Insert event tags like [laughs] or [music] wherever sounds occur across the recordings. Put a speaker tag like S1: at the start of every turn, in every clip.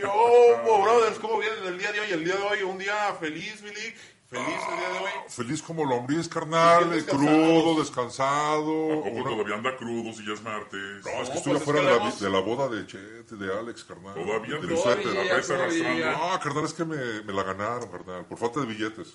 S1: Yo, oh, brothers, ¿cómo vienen el día de hoy? El día de hoy, un día feliz, Milik. Feliz el día de hoy.
S2: Feliz como lombriz, carnal,
S1: Bien descansado.
S2: crudo, descansado.
S1: ¿A poco
S2: Ahora-
S1: todavía anda crudo si ya es martes?
S2: No, es que
S1: No,
S2: estuve
S1: pues
S2: afuera
S1: que
S2: de, la,
S1: vemos-
S2: vi- de la boda de Chet, de Alex, carnal.
S1: Todavía
S2: de
S1: no,
S2: Lucete.
S1: la traes
S3: todavía.
S1: arrastrando.
S2: No, carnal, es que me, me la ganaron, carnal, por falta de billetes.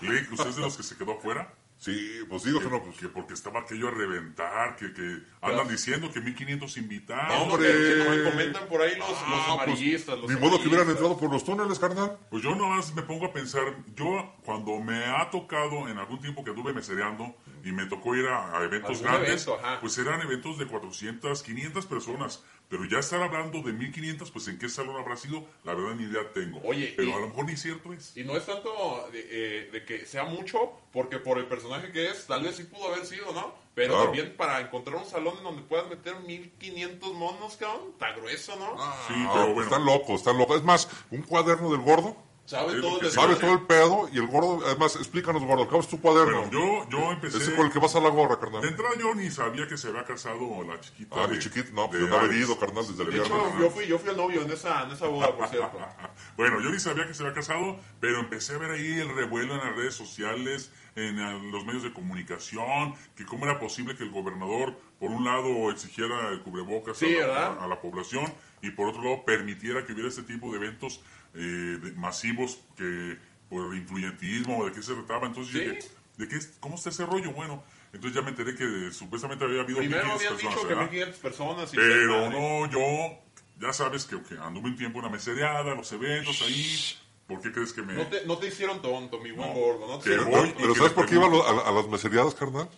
S1: Milik, ¿usted es de los que se quedó afuera?
S2: Sí, pues digo que no, pues.
S1: Que porque estaba aquello a reventar, que, que andan diciendo que 1500 invitados.
S2: No, hombre.
S3: Que nos comentan por ahí los, los
S2: Ah, pues,
S3: amarillistas. los
S2: ni modo que hubieran
S3: amarillistas.
S2: entrado por los túneles, carnal.
S1: Pues yo nomás me pongo a pensar, yo cuando me ha tocado en algún tiempo que anduve mesereando y me tocó ir a, a eventos
S3: Algún
S1: grandes,
S3: evento, ajá.
S1: pues eran eventos de 400, 500 personas, pero ya estar hablando de 1500, pues en qué salón habrá sido, la verdad ni idea tengo.
S3: Oye,
S1: pero
S3: y-
S1: a lo mejor ni cierto es.
S3: Y no es tanto de, eh, de que sea mucho, porque por el personaje que es, tal vez sí pudo haber sido, ¿no? Pero
S2: Claro.
S3: también para encontrar un salón en donde puedas meter 1500 monos, cabrón, está grueso, ¿no?
S1: Sí,
S2: Ah,
S1: pero
S2: pues,
S1: bueno.
S2: Están locos, están locos. Es más, un cuaderno del gordo.
S3: Sabe
S1: es lo
S3: todo
S1: que
S3: de
S2: Sabe
S1: Sí.
S2: todo el pedo y el gordo, además, explícanos, gordo, ¿cómo es tu cuaderno?
S1: Bueno, yo, yo empecé...
S2: Ese con el que vas a la gorra, carnal.
S1: De entrada yo ni sabía que se había casado la chiquita.
S2: Ah,
S1: de-
S2: mi chiquito, no, pues
S1: de
S2: yo andaba
S1: Alex.
S2: herido, carnal, desde el
S3: De
S2: viernes.
S3: hecho, yo fui, yo fui el novio en esa, en esa boda, por
S2: [laughs]
S3: cierto.
S1: [laughs] Bueno, yo ni sabía que se había casado, pero empecé a ver ahí el revuelo en las redes sociales, en eh, los medios de comunicación, que cómo era posible que el gobernador, por un lado, exigiera el cubrebocas
S3: Sí,
S1: a,
S3: ¿verdad?
S1: la, a la población y por otro lado permitiera que hubiera este tipo de eventos eh, de- masivos que por influyentismo, de qué se trataba. Entonces,
S3: Sí.
S1: yo dije, ¿de qué, es- ¿cómo está ese rollo? Bueno, entonces ya me enteré que eh, supuestamente había habido
S3: Primero
S1: 1500
S3: habían dicho que
S1: ¿verdad?
S3: 1500 personas y
S1: Pero
S3: que-
S1: no, yo, ya sabes que, que anduve un tiempo en la mesereada, los eventos ahí. ¿Por qué crees que me.?
S3: No te, no te hicieron tonto, mi buen
S1: No.
S3: gordo. No te
S1: Que
S3: hicieron
S1: voy
S3: tonto.
S1: y
S2: Pero
S1: que
S2: ¿sabes
S1: le
S2: por qué iba a,
S1: pregunto.
S2: lo- a- a las meseriadas, carnal?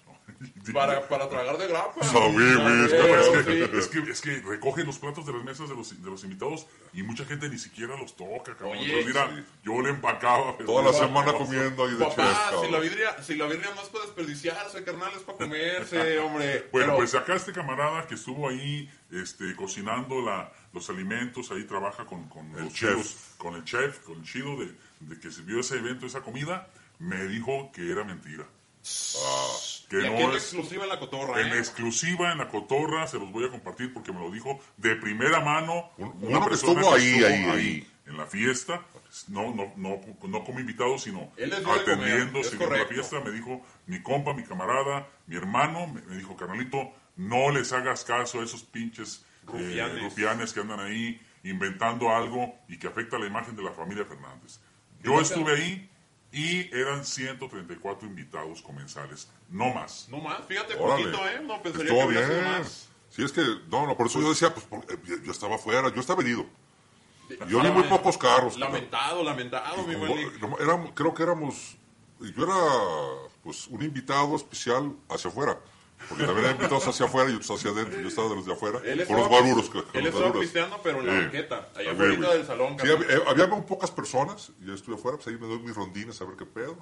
S3: Para, para tragar de grapa.
S2: Ah, güey, güey, es que
S3: Pero
S1: es, que,
S3: sí.
S1: es, que, es que recogen los platos de las mesas de los, de los invitados y mucha gente ni siquiera los toca, cabrón.
S3: Oye,
S1: Entonces, mira, yo le empacaba.
S2: Toda la
S1: pues,
S2: semana
S1: no.
S2: comiendo ahí de
S3: Papá,
S2: chesca.
S3: si la, vidria, si la vidria no es para desperdiciarse, carnal, es para
S2: [laughs]
S3: comerse, hombre.
S1: Bueno,
S3: Pero-
S1: pues acá este camarada que estuvo ahí este, cocinando la, los alimentos, ahí trabaja con, con
S2: El
S1: los
S2: chef.
S1: chidos, con el chef, con el chido de, de que sirvió ese evento, esa comida, me dijo que era mentira. que
S3: y aquí en
S1: no es
S3: exclusiva en la cotorra,
S1: en
S3: ¿eh?
S1: exclusiva en la cotorra, se los voy a compartir porque me lo dijo de primera mano
S2: Un- uno
S1: una
S2: que
S1: persona
S2: estuvo
S1: que
S2: ahí,
S1: estuvo
S2: ahí, ahí.
S1: en la fiesta, no, no, no, no como invitado, sino
S3: Él les dio de
S1: atendiendo,
S3: comer, es
S1: sirviendo la
S3: correcto.
S1: fiesta, me dijo mi compa, mi camarada, mi hermano, me, me dijo, carnalito, no les hagas caso a esos pinches eh,
S3: Rufianes.
S1: rufianes que andan ahí inventando algo y que afecta la imagen de la familia Fernández. Yo estuve ahí y eran 134 invitados comensales, no más.
S3: No más, fíjate,
S2: Órale.
S3: poquito, ¿eh? No pensaría
S2: Estuvo
S3: que hubiera sido
S2: bien.
S3: más.
S2: Sí, es que, no, no, por eso yo decía, pues por- eh, yo- yo estaba afuera, yo estaba herido. Yo vi
S3: Lamen-
S2: muy pocos carros.
S3: Lamentado, lamentado, mi
S2: Como-
S3: buen Lick.
S2: no, éramos- creo que éramos, yo era pues un invitado especial hacia afuera. Porque también había invitados hacia afuera y otros hacia adentro. Yo estaba de los de afuera.
S3: Él
S2: Por los
S3: estaba-
S2: guaruros. que- que
S3: Él
S2: los
S3: estaba
S2: guaruros.
S3: pisteando, pero en la
S2: Sí.
S3: banqueta, allá
S2: A ver,
S3: afuera
S2: güey.
S3: del salón.
S2: Sí,
S3: carnal.
S2: había, había muy pocas personas, y yo estuve afuera, pues ahí me doy mis rondines a ver qué pedo.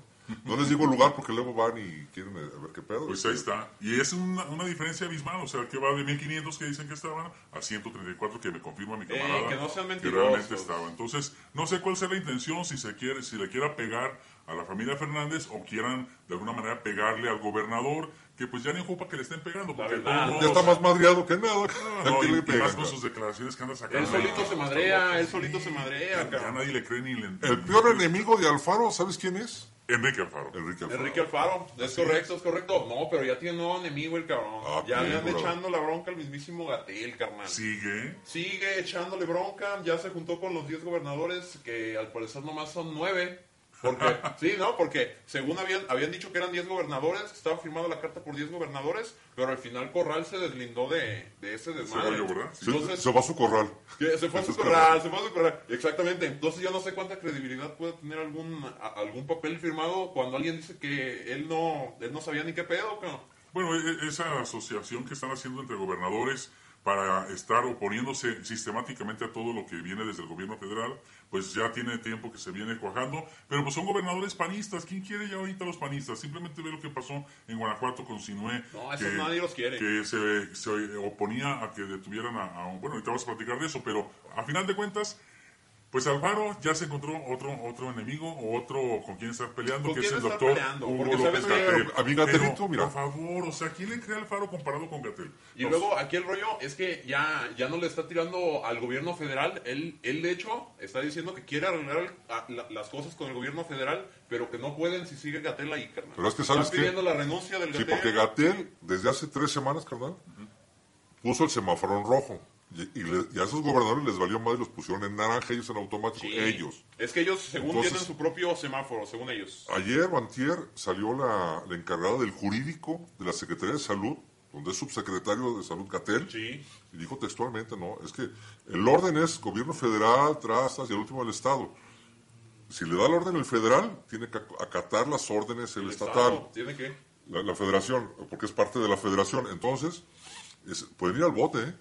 S2: No les digo lugar porque luego van y quieren eh, a ver qué pedo.
S1: Pues ahí está. Y es una, una diferencia abismal, o sea, que va de 1500 que dicen que estaban a 134 que me confirma mi
S3: Ey,
S1: camarada.
S3: Eh, que no sean
S1: que
S3: mentirosos.
S1: realmente estaban. Entonces, no sé cuál sea la intención, si se quiere, si le quiera pegar a la familia Fernández o quieran de alguna manera pegarle al gobernador, que pues ya ni ocupa que le estén pegando. Porque de
S3: verdad.
S1: todos
S2: Ya
S1: modos-
S2: está más madreado que nada.
S1: No,
S2: ¿A
S1: no,
S2: quién
S1: y,
S2: le
S1: y
S2: pegan,
S1: más con
S2: cara?
S1: sus declaraciones que anda sacando.
S3: Él solito
S1: Ay,
S2: Ah,
S3: se
S1: está
S3: madrea,
S1: loco.
S2: pues
S3: él solito se madrea,
S1: Ya, ya
S3: cabrón.
S1: nadie le cree ni le
S2: El peor enemigo de Alfaro, ¿sabes quién es?
S1: Enrique Alfaro.
S2: Enrique Alfaro.
S3: Enrique Alfaro, es correcto, es correcto. No, pero ya tiene un nuevo enemigo el cabrón.
S2: Ah,
S3: ya le
S2: qué
S3: anda
S2: duro.
S3: echando la bronca al mismísimo Gatel, carnal.
S1: Sigue.
S3: Sigue echándole bronca, ya se juntó con los 10 gobernadores, que al parecer nomás son 9. [laughs] Porque, sí, no, porque según habían, habían dicho que eran 10 gobernadores, que estaba firmada la carta por 10 gobernadores, pero al final Corral se deslindó de, de ese desmadre.
S1: rollo, ¿verdad?
S2: Se,
S3: Entonces,
S2: se va a su corral.
S3: que se fue a su
S2: Entonces,
S3: corral, se fue a su corral. Exactamente. Entonces yo no sé cuánta credibilidad puede tener algún a- algún papel firmado cuando alguien dice que él no él no sabía ni qué pedo, cabrón.
S1: Bueno, e- e- esa asociación que están haciendo entre gobernadores para estar oponiéndose sistemáticamente a todo lo que viene desde el gobierno federal, pues ya tiene tiempo que se viene cuajando, pero pues son gobernadores panistas, ¿quién quiere ya ahorita los panistas? Simplemente ve lo que pasó en Guanajuato con Sinué.
S3: No, esos nadie los quiere.
S1: Que se, se oponía a que detuvieran a, a- Bueno, ahorita vamos a platicar de eso, pero a final de cuentas, pues Alvaro ya se encontró otro otro enemigo, o otro con quien estar peleando,
S3: ¿Con
S1: que
S3: quién
S1: es el
S3: estar
S1: doctor
S3: peleando?
S1: Hugo
S3: Porque sabes
S1: López
S3: que-
S1: Gatel.
S2: A mí Gatelito,
S1: Pero,
S2: mira.
S1: Por favor, o sea, ¿quién le crea el faro comparado con Gatel?
S3: Y luego aquí el rollo es que ya, ya no le está tirando al gobierno federal. Él, él de hecho está diciendo que quiere arreglar el- a- la- las cosas con el gobierno federal, pero que no pueden si sigue Gatel ahí, carnal.
S2: Pero es que ¿sabes
S3: Está
S2: qué?
S3: pidiendo la renuncia del
S2: Sí,
S3: Gatel.
S2: porque Gatel, desde hace tres semanas, carnal, puso el semáforo en rojo. Y, y le- y a esos gobernadores les valió más y los pusieron en naranja ellos en automático.
S3: Sí.
S2: Ellos.
S3: Es que ellos, según
S2: Entonces-
S3: tienen su propio semáforo, según ellos.
S2: Ayer, Bantier, salió la, la encargada del jurídico de la Secretaría de Salud, donde es subsecretario de Salud Gatel.
S3: Sí.
S2: Y dijo textualmente, no, es que el orden es gobierno federal, trazas y el último el Estado. Si le da la orden el federal, tiene que ac- acatar las órdenes el, estatal,
S3: Estado Tiene que.
S2: la, la federación, porque es parte de la federación. Entonces, es- pueden ir al bote, ¿eh?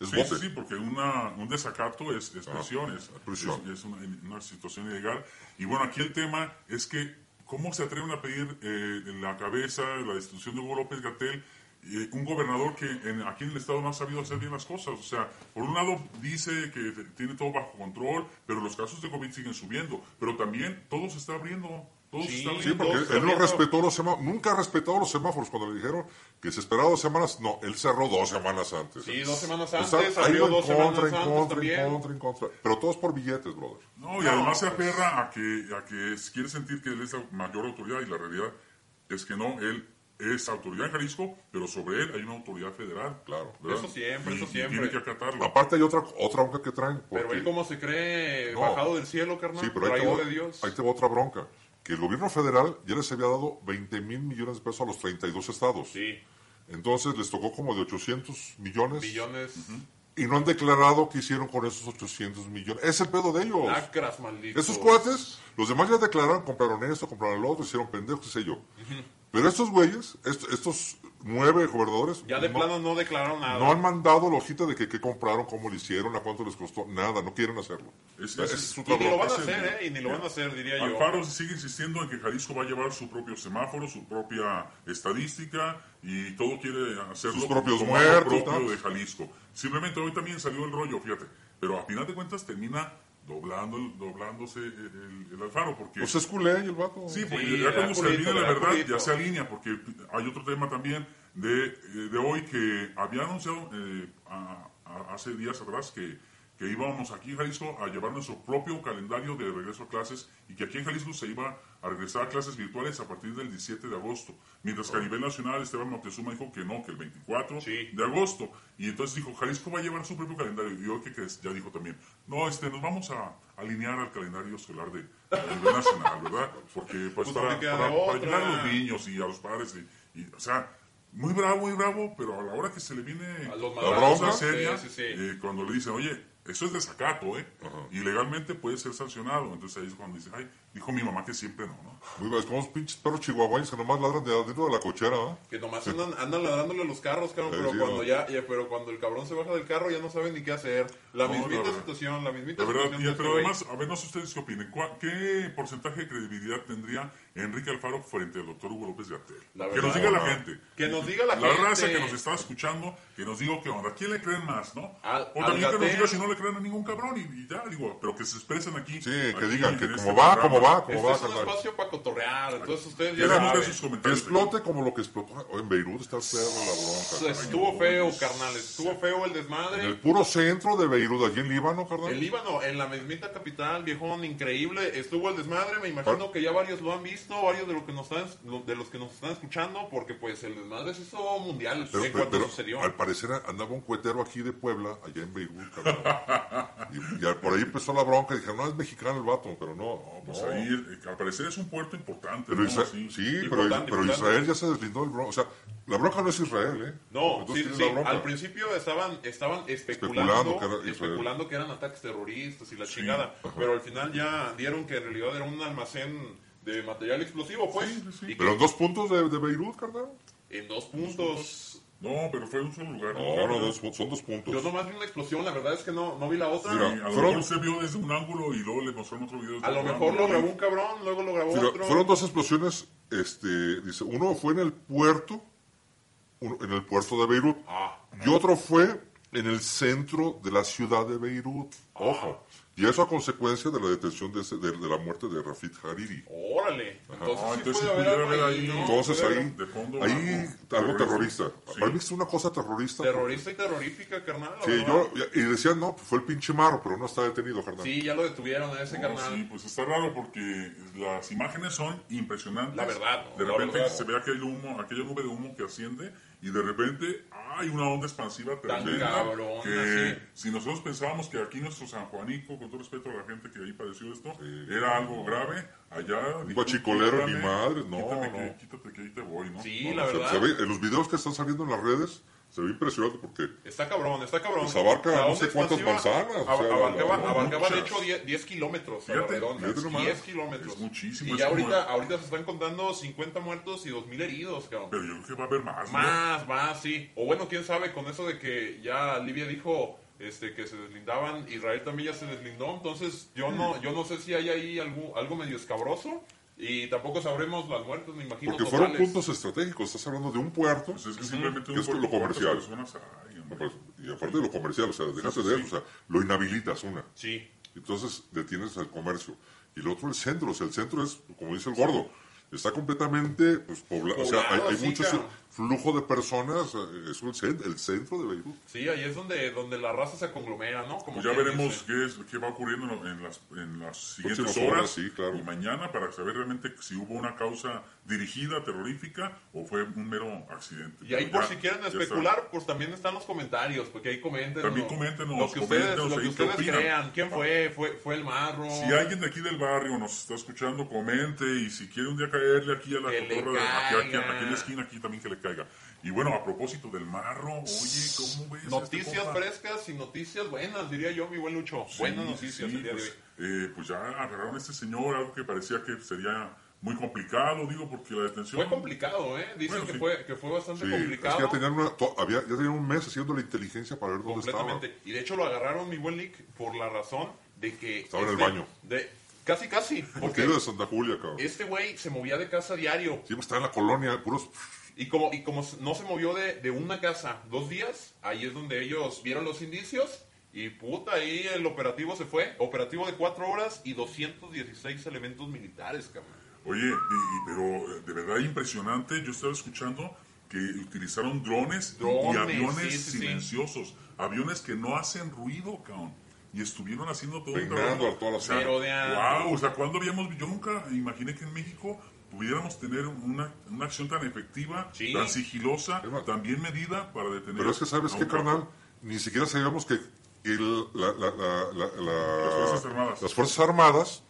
S2: Es
S1: Sí,
S2: bote.
S1: sí, sí, porque una, un desacato es, es prisión, es,
S2: prisión.
S1: es- es una, una situación ilegal. Y bueno, aquí el tema es que, ¿cómo se atreven a pedir eh, en la cabeza, la destitución de Hugo López Gatel? eh, un gobernador que en- aquí en el Estado no ha sabido hacer bien las cosas. O sea, por un lado dice que te- tiene todo bajo control, pero los casos de COVID siguen subiendo. Pero también todo se está abriendo. Todo se
S3: Sí,
S1: está
S2: Sí,
S1: abriendo.
S2: porque
S3: Todos
S2: él no
S3: corriendo.
S2: respetó los semáforos, nunca ha respetado los semáforos cuando le dijeron que se esperaba dos semanas. No, él cerró dos semanas antes.
S3: Sí, dos semanas
S2: Está-
S3: antes,
S2: ha
S3: abrió
S2: ido
S3: dos
S2: en contra,
S3: semanas
S2: en
S3: antes
S2: contra,
S3: también.
S2: en contra, en contra. Pero todos por billetes, brother.
S1: No, y
S3: No,
S1: además se
S3: pues.
S1: aferra a que, a que es- quiere sentir que él es la mayor autoridad y la realidad es que no, él es autoridad en Jalisco, pero sobre él hay una autoridad federal.
S2: Claro.
S3: Eso siempre,
S1: Y-
S3: eso
S1: y
S3: siempre.
S1: Tiene que acatarlo.
S2: Aparte hay otra otra bronca que traen.
S3: Pero
S2: porque-
S3: él como se cree
S2: No.
S3: bajado del cielo, carnal.
S2: sí, pero ahí te,
S3: traído
S2: va,
S3: de Dios.
S2: ahí te va otra bronca. Que el gobierno federal ya les había dado 20 mil millones de pesos a los 32 estados.
S3: Sí.
S2: Entonces les tocó como de 800 millones.
S3: Billones.
S2: Y no han declarado qué hicieron con esos 800 millones. Es el pedo de ellos.
S3: Lacras, malditos.
S2: Esos cuates, los demás ya declararon, compraron esto, compraron lo otro, hicieron pendejos, qué sé yo. Pero estos güeyes, est- estos nueve gobernadores,
S3: Ya de
S2: no,
S3: plano no declararon nada.
S2: no han mandado la hojita de que qué compraron, cómo lo hicieron, a cuánto les costó, nada, no quieren hacerlo.
S3: Eh,
S1: Es-
S2: Esa
S1: es-
S2: es
S3: Y
S2: otra
S3: ni Pues lo
S2: bronca.
S3: van a
S1: Ese-
S3: hacer, ¿eh? Y ni lo van a hacer, diría yo.
S1: Alfaro sigue insistiendo en que Jalisco va a llevar su propio semáforo, su propia estadística y todo quiere hacerlo
S2: Sus propios
S1: como
S2: muertos,
S1: algo propio
S2: ¿no?
S1: de Jalisco. Simplemente hoy también salió el rollo, fíjate. Pero a final de cuentas termina doblando, el- doblándose el, el- el Alfaro porque...
S2: Pues es culé y el vato.
S1: Sí, porque
S3: Sí,
S1: ya cuando
S3: era culito,
S1: se termina la
S3: era
S1: verdad,
S3: culito.
S1: ya se alinea, porque hay otro tema también de, eh, de hoy que había anunciado eh, a- a- hace días atrás que, que íbamos aquí en Jalisco a llevar nuestro propio calendario de regreso a clases y que aquí en Jalisco se iba a regresar a clases virtuales a partir del 17 de agosto, mientras que a nivel nacional Esteban Moctezuma dijo que no, que el 24
S3: Sí.
S1: de agosto. Y entonces dijo, Jalisco va a llevar su propio calendario. Y hoy que ya dijo también, no, este, nos vamos a alinear al calendario escolar de, a nivel nacional, ¿verdad? Porque
S3: Pues,
S1: pues para,
S3: no te queda de
S1: para- para
S3: otra.
S1: ayudar a los niños y a los padres. Y, y, o sea, muy bravo, muy bravo, pero a la hora que se le viene
S3: A los
S1: la
S3: madrazos,
S1: bronca
S3: sí,
S1: seria,
S3: sí, sí.
S1: eh, cuando le dicen, oye, eso es desacato, ¿eh? Y legalmente puede ser sancionado. Entonces ahí es cuando dice, ay, dijo mi mamá que siempre no, ¿no?
S2: Muy bien, es como Pues, unos pinches perros chihuahuayos que nomás ladran de adentro de la cochera, ¿ah?
S3: Que nomás andan, andan ladrándole a los carros, cabrón, pero
S2: Sí,
S3: cuando
S2: no.
S3: ya, ya- pero cuando el cabrón se baja del carro ya no sabe ni qué hacer. La
S1: No,
S3: mismita
S1: la verdad.
S3: situación, la mismita
S1: La verdad,
S3: situación.
S1: tía,
S3: de
S1: pero
S3: este güey.
S1: además, a ver, no sé ustedes qué opinen. ¿Cuá- ¿Qué porcentaje de credibilidad tendría Enrique Alfaro frente al doctor Hugo López Gatel?
S3: La
S1: Que nos
S3: verdad,
S1: diga la
S2: no.
S1: gente.
S3: Que nos diga la
S1: La
S3: gente.
S1: raza que nos está escuchando, que nos diga qué onda. ¿Quién le creen más, no?
S3: Al-
S1: o
S3: al
S1: también que
S3: Gatel.
S1: nos diga si no le creen a ningún cabrón y, y ya, digo, pero que se expresen aquí.
S2: Sí, que
S1: aquí
S2: digan
S1: en
S2: que
S1: este
S2: como va,
S1: programa.
S2: como va, como
S3: Este
S2: va,
S3: es un
S2: carnal.
S3: espacio para cotorrear, entonces ustedes ya
S1: Queremos ver
S3: saben.
S1: sus
S2: Que
S1: comentarios.
S2: explote como lo que explotó en Beirut, está feo la bronca. carnal.
S3: Estuvo feo,
S2: pues.
S3: carnal, estuvo feo el desmadre.
S2: En el puro centro de Beirut, allí en Líbano, carnal.
S3: El Líbano, en la mismita capital, viejón, increíble, estuvo el desmadre, me imagino que ya varios lo han visto, varios de, lo que nos están, de los que nos están escuchando, porque pues el desmadre se hizo mundial
S2: Pero,
S3: en
S2: pero-
S3: cuanto
S2: pero
S3: sucedió.
S2: al parecer andaba un cuetero aquí de Puebla, allá en Beirut, cabrón. y, y por ahí empezó la bronca. Dijeron, no, es mexicano el vato, pero no. no, pues
S1: pues ahí, eh, al parecer es un puerto importante.
S2: Pero,
S1: ¿no?
S2: Isra-
S1: Sí.
S2: sí, pero,
S3: Importante,
S2: pero
S3: importante.
S2: Israel ya se deslindó del bronca. O sea, la bronca no es Israel, ¿eh?
S3: No,
S2: Entonces,
S3: sí,
S2: ¿quién es
S3: sí.
S2: la bronca?
S3: Al principio estaban, estaban
S2: Especulando
S3: especulando,
S2: que era Israel.
S3: especulando, que eran ataques terroristas y la chingada, pero al final ya dieron que en realidad era un almacén de material explosivo, pues. Y
S2: Pero
S3: que
S2: en dos puntos de, de Beirut, carnal.
S3: en dos puntos.
S1: No, pero fue en un solo lugar.
S2: No, no, dos pu- son dos puntos.
S3: Yo nomás vi una explosión, la verdad es que no, no vi la otra.
S1: Sí, a
S2: Mira.
S1: lo
S2: Fueron-
S1: mejor se vio desde un ángulo y luego le mostraron otro video. desde
S3: a lo
S1: otro
S3: mejor
S1: ángulo.
S3: lo grabó un cabrón, luego lo grabó
S2: Mira,
S3: otro.
S2: fueron dos explosiones. Este, dice, uno fue en el puerto, uno- en el puerto de Beirut,
S3: Ah.
S2: y otro fue en el centro de la ciudad de Beirut. Ojo. Y eso a consecuencia de la detención de, ese- de- de la muerte de Rafid Hariri.
S3: Órale. Entonces,
S1: Ah,
S3: sí
S1: entonces
S3: puede
S1: pudiera
S3: haber algo
S1: haber
S3: ahí,
S1: ahí-
S3: ¿no?
S2: Entonces
S3: Puede
S2: ahí,
S3: haber-
S1: de fondo
S2: ahí
S1: algo
S2: algo
S1: terrorista.
S2: terrorista.
S1: Sí.
S2: Para mí es una cosa terrorista.
S3: Terrorista y terrorífica, carnal. la
S2: Sí,
S3: verdad.
S2: yo, y decían, no, fue el pinche Maro, pero no está detenido, carnal.
S3: Sí, ya lo detuvieron a ese
S1: No,
S3: carnal.
S1: sí, pues está raro porque las imágenes son impresionantes.
S3: La verdad, no,
S1: De
S3: la
S1: repente
S3: verdad.
S1: se ve aquel humo, aquella nube de humo que asciende y de repente hay una onda expansiva
S3: Tan
S1: tremenda
S3: cabrona,
S1: que
S3: sí.
S1: si nosotros pensábamos que aquí nuestro San Juanico, con todo respeto a la gente que ahí padeció esto, era algo grave, allá... dijeron,
S2: guachicolero,
S1: "Quítame,
S2: ni madre, no,
S1: Quítate,
S2: no.
S1: Que, quítate que ahí te voy, ¿no?
S3: Sí,
S1: No,
S3: la
S1: no sé.
S3: verdad.
S2: Se ve- en los videos que están saliendo en las redes, se ve impresionante porque
S3: Está cabrón, está cabrón.
S2: Pues abarca
S3: La
S2: no
S3: onda
S2: sé cuántas
S3: expansiva
S2: manzanas, o
S3: ab-
S2: sea,
S3: abarcaba,
S2: no,
S3: abarcaba, de
S2: muchas.
S3: hecho 10, 10 kilómetros. a la
S1: Fíjate,
S3: redonda,
S1: fíjate nomás.
S3: 10 kilómetros.
S1: Es muchísimo,
S3: Y ya
S1: es como-
S3: ahorita, ahorita se están contando 50 muertos y 2.000 heridos, cabrón.
S1: Pero yo creo que va a haber más, ¿no?
S3: Más, más, sí. O bueno, quién sabe con eso de que ya Libia dijo este, que se deslindaban, Israel también ya se deslindó, entonces yo
S1: Mm.
S3: no yo no sé si hay ahí algo, algo medio escabroso y tampoco sabremos las muertes, me imagino.
S2: porque fueron
S3: totales.
S2: puntos estratégicos. Estás hablando de un puerto
S1: Pues es que simplemente
S2: Que es lo
S1: ¿cuántas
S2: comercial.
S1: personas hay, hombre?
S2: y aparte de lo comercial, o sea, dejaste de eso, o sea, lo inhabilitas una.
S3: Sí,
S2: Entonces detienes al comercio. Y el otro, el centro. O sea, el centro es, como dice el gordo, está completamente pues, pobla- O sea, hay,
S3: Poblado,
S2: hay
S3: sí,
S2: mucho
S3: claro.
S2: flujo de personas. eh, Es un cen- el centro de Beirut.
S3: sí, ahí es donde, donde la raza se conglomera, ¿no? Como
S1: Pues ya
S3: quien
S1: veremos
S3: dice.
S1: qué, es, qué va ocurriendo en, lo- en las, en las siguientes
S2: Próximas
S1: horas,
S2: horas, sí, claro.
S1: y mañana para saber realmente si hubo una causa dirigida, terrorífica, o fue un mero accidente.
S3: Y ahí
S1: Pero
S3: por
S1: ya-
S3: si quieren
S1: ya está.
S3: especular, pues también están los comentarios, porque ahí comenten.
S1: También
S3: lo-
S1: coméntenos,
S3: Lo que ustedes,
S1: coméntenos
S3: lo
S1: ahí
S3: que
S1: qué
S3: ustedes
S1: opinan.
S3: crean. ¿Quién fue? ¿Fue, fue el marro?
S1: Si alguien de aquí del barrio nos está escuchando, comente y si quiere un día caerle aquí a la
S3: Que le
S1: cotorra de aquí, aquí,
S3: caiga.
S1: aquí en la esquina, aquí también que le caiga. Y bueno, a propósito del marro, oye, ¿cómo ves? a este
S3: Noticias
S1: compa?
S3: frescas y noticias buenas, diría yo, mi buen Lucho.
S1: Sí,
S3: Buenas noticias
S1: sí,
S3: el día de
S1: pues,
S3: hoy.
S1: eh, pues ya agarraron a este señor, algo que parecía que sería muy complicado, digo, porque la detención...
S3: Fue complicado, ¿eh? Dicen
S1: Bueno,
S3: que,
S1: sí.
S3: fue, que fue bastante
S2: Sí, es que
S3: complicado.
S2: ya tenían, una, to- había, ya tenían un mes haciendo la inteligencia para ver dónde estaba.
S3: completamente. Y de hecho lo agarraron, mi buen Nick, por la razón de que. este
S2: Estaba en el baño.
S3: De, casi, casi. Porque
S2: Partido de Santa Julia, cabrón.
S3: este güey se movía de casa diario.
S2: Siempre está en la colonia, puros.
S3: Y como, y como no se movió de, de una casa dos días, ahí es donde ellos vieron los indicios y puta, ahí el operativo se fue. Operativo de cuatro horas y 216 elementos militares, cabrón.
S1: Oye, y- y- pero eh, de verdad impresionante, yo estaba escuchando que utilizaron drones, y- y
S3: Drones,
S1: aviones
S3: sí, sí, sí.
S1: silenciosos, aviones que no hacen ruido, cabrón. Y estuvieron haciendo todo
S2: Peinando a toda la
S1: o sea,
S3: Merodeando.
S1: Wow, o sea, cuando habíamos, yo nunca imaginé que en México pudiéramos tener una, una acción tan efectiva,
S3: Sí.
S1: tan sigilosa,
S2: Es más-
S1: tan bien medida para detener.
S2: Pero es que, ¿sabes
S1: a un
S2: qué,
S1: capo.
S2: carnal? Ni siquiera sabíamos que el- la- la- la- la- la-
S1: Las Fuerzas Armadas.
S2: las Fuerzas Armadas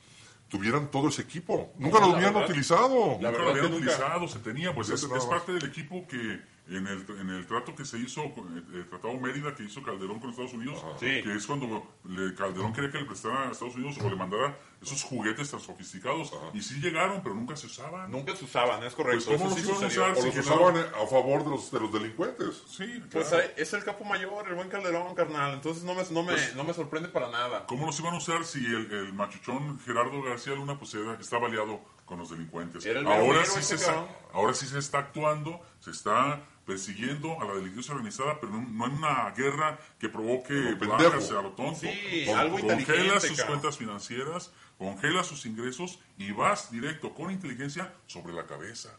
S2: tuvieran todo ese equipo. Nunca
S3: No,
S2: lo
S3: la
S2: habían
S3: verdad.
S2: utilizado.
S3: La
S1: Nunca
S3: verdad
S1: lo habían
S3: que nunca.
S1: utilizado, se tenía, pues es,
S2: Fíjate nada
S1: es
S2: más.
S1: parte del equipo que en el, en el trato que se hizo, con el, el Tratado Mérida que hizo Calderón con Estados Unidos,
S3: Sí.
S1: que es cuando le- Calderón quería que le prestara a Estados Unidos o le mandara esos juguetes tan sofisticados, y sí llegaron, pero nunca se usaban.
S3: Nunca se usaban, es correcto.
S1: Pues, ¿cómo
S3: eso sí
S1: los iban
S3: sucedió.
S1: a usar?
S2: O los
S1: sí,
S2: usaban a favor de los, de los delincuentes.
S1: Sí, claro.
S3: Pues ahí es el capo mayor, el buen Calderón, carnal. Entonces no me, no me, no me sorprende para nada.
S1: ¿Cómo los iban a usar si el, el machuchón Gerardo García Luna pues era- estaba aliado con los delincuentes?
S3: Era el
S1: Ahora
S3: verdadero
S1: sí, se
S3: ese
S1: está,
S3: cabrón.
S1: ahora sí se está actuando, se está persiguiendo a la delincuencia organizada, pero no, no en una guerra que provoque
S2: pendejo.
S1: bajas a lo tonto.
S3: Sí,
S1: Con-
S3: algo
S1: congela
S3: inteligente,
S1: sus
S3: cabrón.
S1: cuentas financieras, congela sus ingresos y vas directo con inteligencia sobre la cabeza.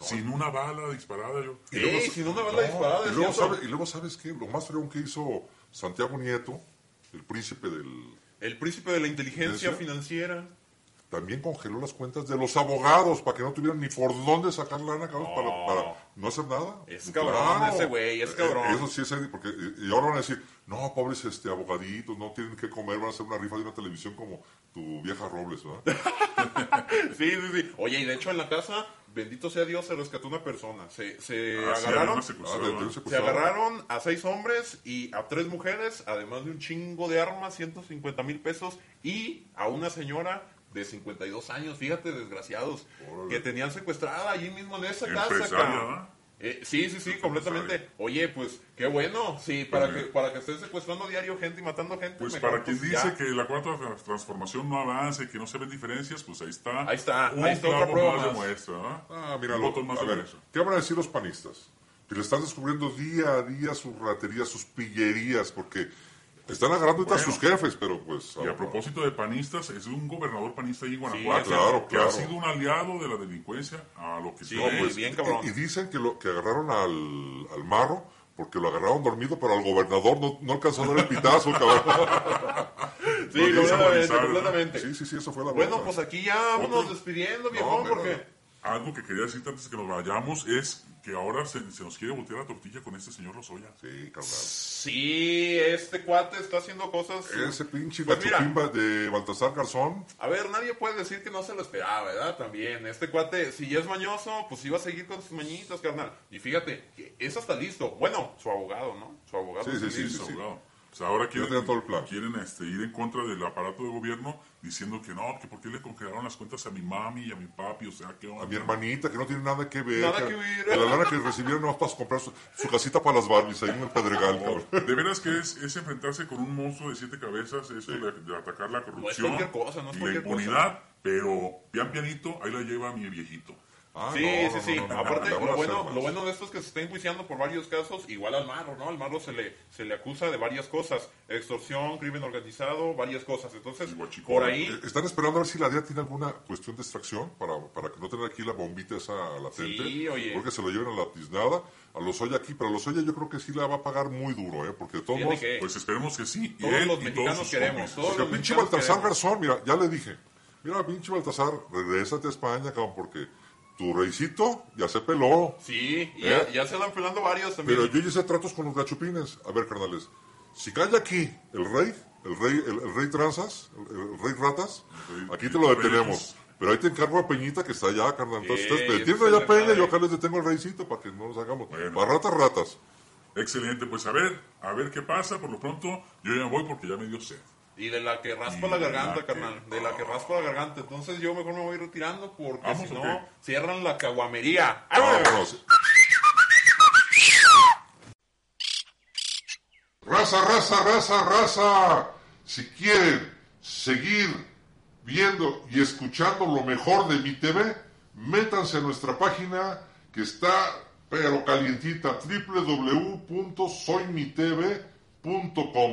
S1: Sin una bala disparada, yo.
S3: Ey, si no me van la disparada,
S2: Y
S3: es
S2: luego,
S3: cierto.
S2: sabe- y luego, ¿sabes qué? Lo más fregón que hizo Santiago Nieto, el príncipe del...
S3: El príncipe de la inteligencia
S2: ¿Ese?
S3: financiera. [laughs]
S2: también congeló las cuentas de los abogados para que no tuvieran ni por dónde sacar lana, cabrón, para, para no hacer nada.
S3: Es cabrón ese güey, es cabrón.
S2: Eh, Eso sí es, serio, porque eh, y ahora van a decir, no, pobres este, abogaditos, no tienen que comer, van a hacer una rifa de una televisión como tu vieja Robles, ¿verdad?
S3: Sí, sí, sí. Oye, y de hecho en la casa, bendito sea Dios, se rescató una persona. Se, se
S1: Ah, sí, había
S3: eh, agarraron.
S1: una secu-
S2: Ah, de- de un
S3: se
S2: secuestrado.
S3: agarraron a seis hombres y a tres mujeres, además de un chingo de armas, 150 mil pesos, y a una señora de 52 años, fíjate, desgraciados,
S2: Órale.
S3: que tenían secuestrada allí mismo en esa casa.
S1: Empresario,
S3: cabrón.
S1: ¿ah?
S3: Eh, sí, sí, sí, completamente. Oye, pues qué bueno, sí, para que, para que estén secuestrando diario gente y matando gente.
S1: Pues
S3: mejor,
S1: para quien
S3: pues,
S1: dice
S3: ya.
S1: que la cuarta tra- transformación no avanza y que no se ven diferencias, pues ahí está.
S3: Ahí está,
S1: Un
S3: ahí está otra
S1: clavo
S3: prueba
S1: más de
S3: más.
S1: muestra, ¿verdad?
S2: Ah, mira,
S1: Un
S2: lo-
S1: botón más
S2: a
S1: de
S2: ver,
S1: muestra.
S2: ¿qué van a decir los panistas? Que le están descubriendo día a día sus raterías, sus pillerías, porque están agarrando ahorita a sus jefes, pero pues...
S1: Y
S2: ahora- Ah,
S1: a propósito de panistas, es un gobernador panista ahí en Guanajuato
S3: Sí,
S2: claro,
S1: que
S2: claro.
S1: ha sido un aliado de la delincuencia a lo que
S3: Sí,
S1: se ve.
S3: no, pues, bien cabrón.
S2: Y, y dicen que, lo, que agarraron al, al marro porque lo agarraron dormido, pero al gobernador no, no alcanzó a dar
S3: [laughs]
S2: el pitazo, cabrón.
S3: Sí,
S1: Lo dice
S3: completamente,
S1: Movistar, ¿no?
S3: completamente.
S2: Sí, sí, sí, eso fue la
S3: Bueno,
S2: bronca.
S3: pues aquí ya vámonos
S1: Otro-
S3: despidiendo,
S2: No,
S3: viejón,
S2: hombre,
S3: porque...
S1: Algo que quería decirte antes de que nos vayamos es que ahora se, se nos quiere voltear la tortilla con este señor Lozoya.
S2: Sí, carnal.
S3: Sí, este cuate está haciendo cosas.
S2: Ese pinche
S3: Pues mira.
S2: gachupimba de Baltasar Garzón.
S3: A ver, nadie puede decir que no se lo esperaba, ¿verdad? También, este cuate, si ya es mañoso, pues iba a seguir con sus mañitas, carnal. Y fíjate, que es hasta listo. Bueno, su abogado, ¿no? Su abogado.
S2: Sí, sí,
S3: es
S2: sí,
S3: listo.
S1: Sí,
S2: sí.
S1: abogado. Pues ahora quieren,
S2: tenía todo el plan.
S1: quieren, este, ir en contra del aparato de gobierno diciendo que no, que por qué le congelaron las cuentas a mi mami y a mi papi, o sea, que
S2: A mi hermanita, que no tiene nada que ver.
S3: Nada
S2: ca-
S3: que ver.
S2: De la lana que recibieron no para comprar su, su casita para las Barbies ahí en el Pedregal, cabrón.
S1: [laughs] De veras que es, es enfrentarse con un monstruo de siete cabezas, eso de, de atacar la corrupción
S3: cualquier cosa, no es
S1: y la
S3: cualquier cosa.
S1: impunidad, pero pian pianito, ahí la lleva mi viejito.
S2: Ah,
S3: Sí,
S2: no,
S3: sí,
S2: no,
S3: sí.
S2: no, no, no,
S3: Aparte,
S2: la van a
S3: lo,
S2: hacer,
S3: bueno,
S2: man.
S3: lo bueno de esto es que se está enjuiciando por varios casos, igual al Marro, ¿no? Al Marro se le, se le acusa de varias cosas. Extorsión, crimen organizado, varias cosas. Entonces,
S1: Y guachicol.
S3: por ahí...
S2: Eh, Están esperando a ver si la DEA tiene alguna cuestión de extracción para, para que no tener aquí la bombita esa latente.
S3: Sí, oye.
S2: Porque se lo lleven a la tiznada, a los Oya aquí. Pero a los Oya yo creo que sí la va a pagar muy duro, ¿eh? Porque de todos
S3: Tiene
S2: modos,
S3: que- Eh,
S1: Pues esperemos que sí. y
S3: todos
S1: él
S3: los
S1: y
S3: mexicanos
S1: sus
S3: queremos,
S1: cómplices.
S3: todos.
S2: Porque
S3: los
S2: pinche
S3: mexicanos
S2: Baltasar
S3: queremos.
S2: Garzón, mira, ya le dije. Mira, pinche Baltasar, regrésate a España, cabrón, porque tu reycito ya se peló.
S3: Sí, y
S2: ¿Eh?
S3: ya, ya se andan pelando varios también.
S2: Pero yo ya hice tratos con los gachupines. A ver, carnales, si cae aquí el rey, el rey, el, el rey tranzas, el, el rey ratas,
S1: rey-
S2: aquí te lo
S1: el rey
S2: detenemos. Pero ahí te encargo a Peñita que está allá, carnal. Entonces
S3: Ey,
S2: ustedes
S3: ese
S2: detienen
S3: es
S2: allá
S3: el
S2: a Peña,
S3: padre.
S2: yo acá les detengo el reycito para que no nos hagamos.
S1: Bueno.
S2: Para ratas, ratas.
S1: Excelente, pues a ver, a ver qué pasa. Por lo pronto, yo ya me voy porque ya me dio sed.
S3: Y de la que raspa
S1: Y
S3: la
S1: de la
S3: garganta,
S1: que-
S3: carnal. De la que raspa la garganta. Entonces yo mejor me voy retirando porque
S1: Vamos,
S3: si
S1: ¿o
S3: no,
S1: qué?
S3: cierran la caguamería. ¡Vámonos!
S2: Vámonos. Raza, raza, raza, raza. Si quieren seguir viendo y escuchando lo mejor de mi TV, métanse a nuestra página que está pero calientita www.soymitv.com.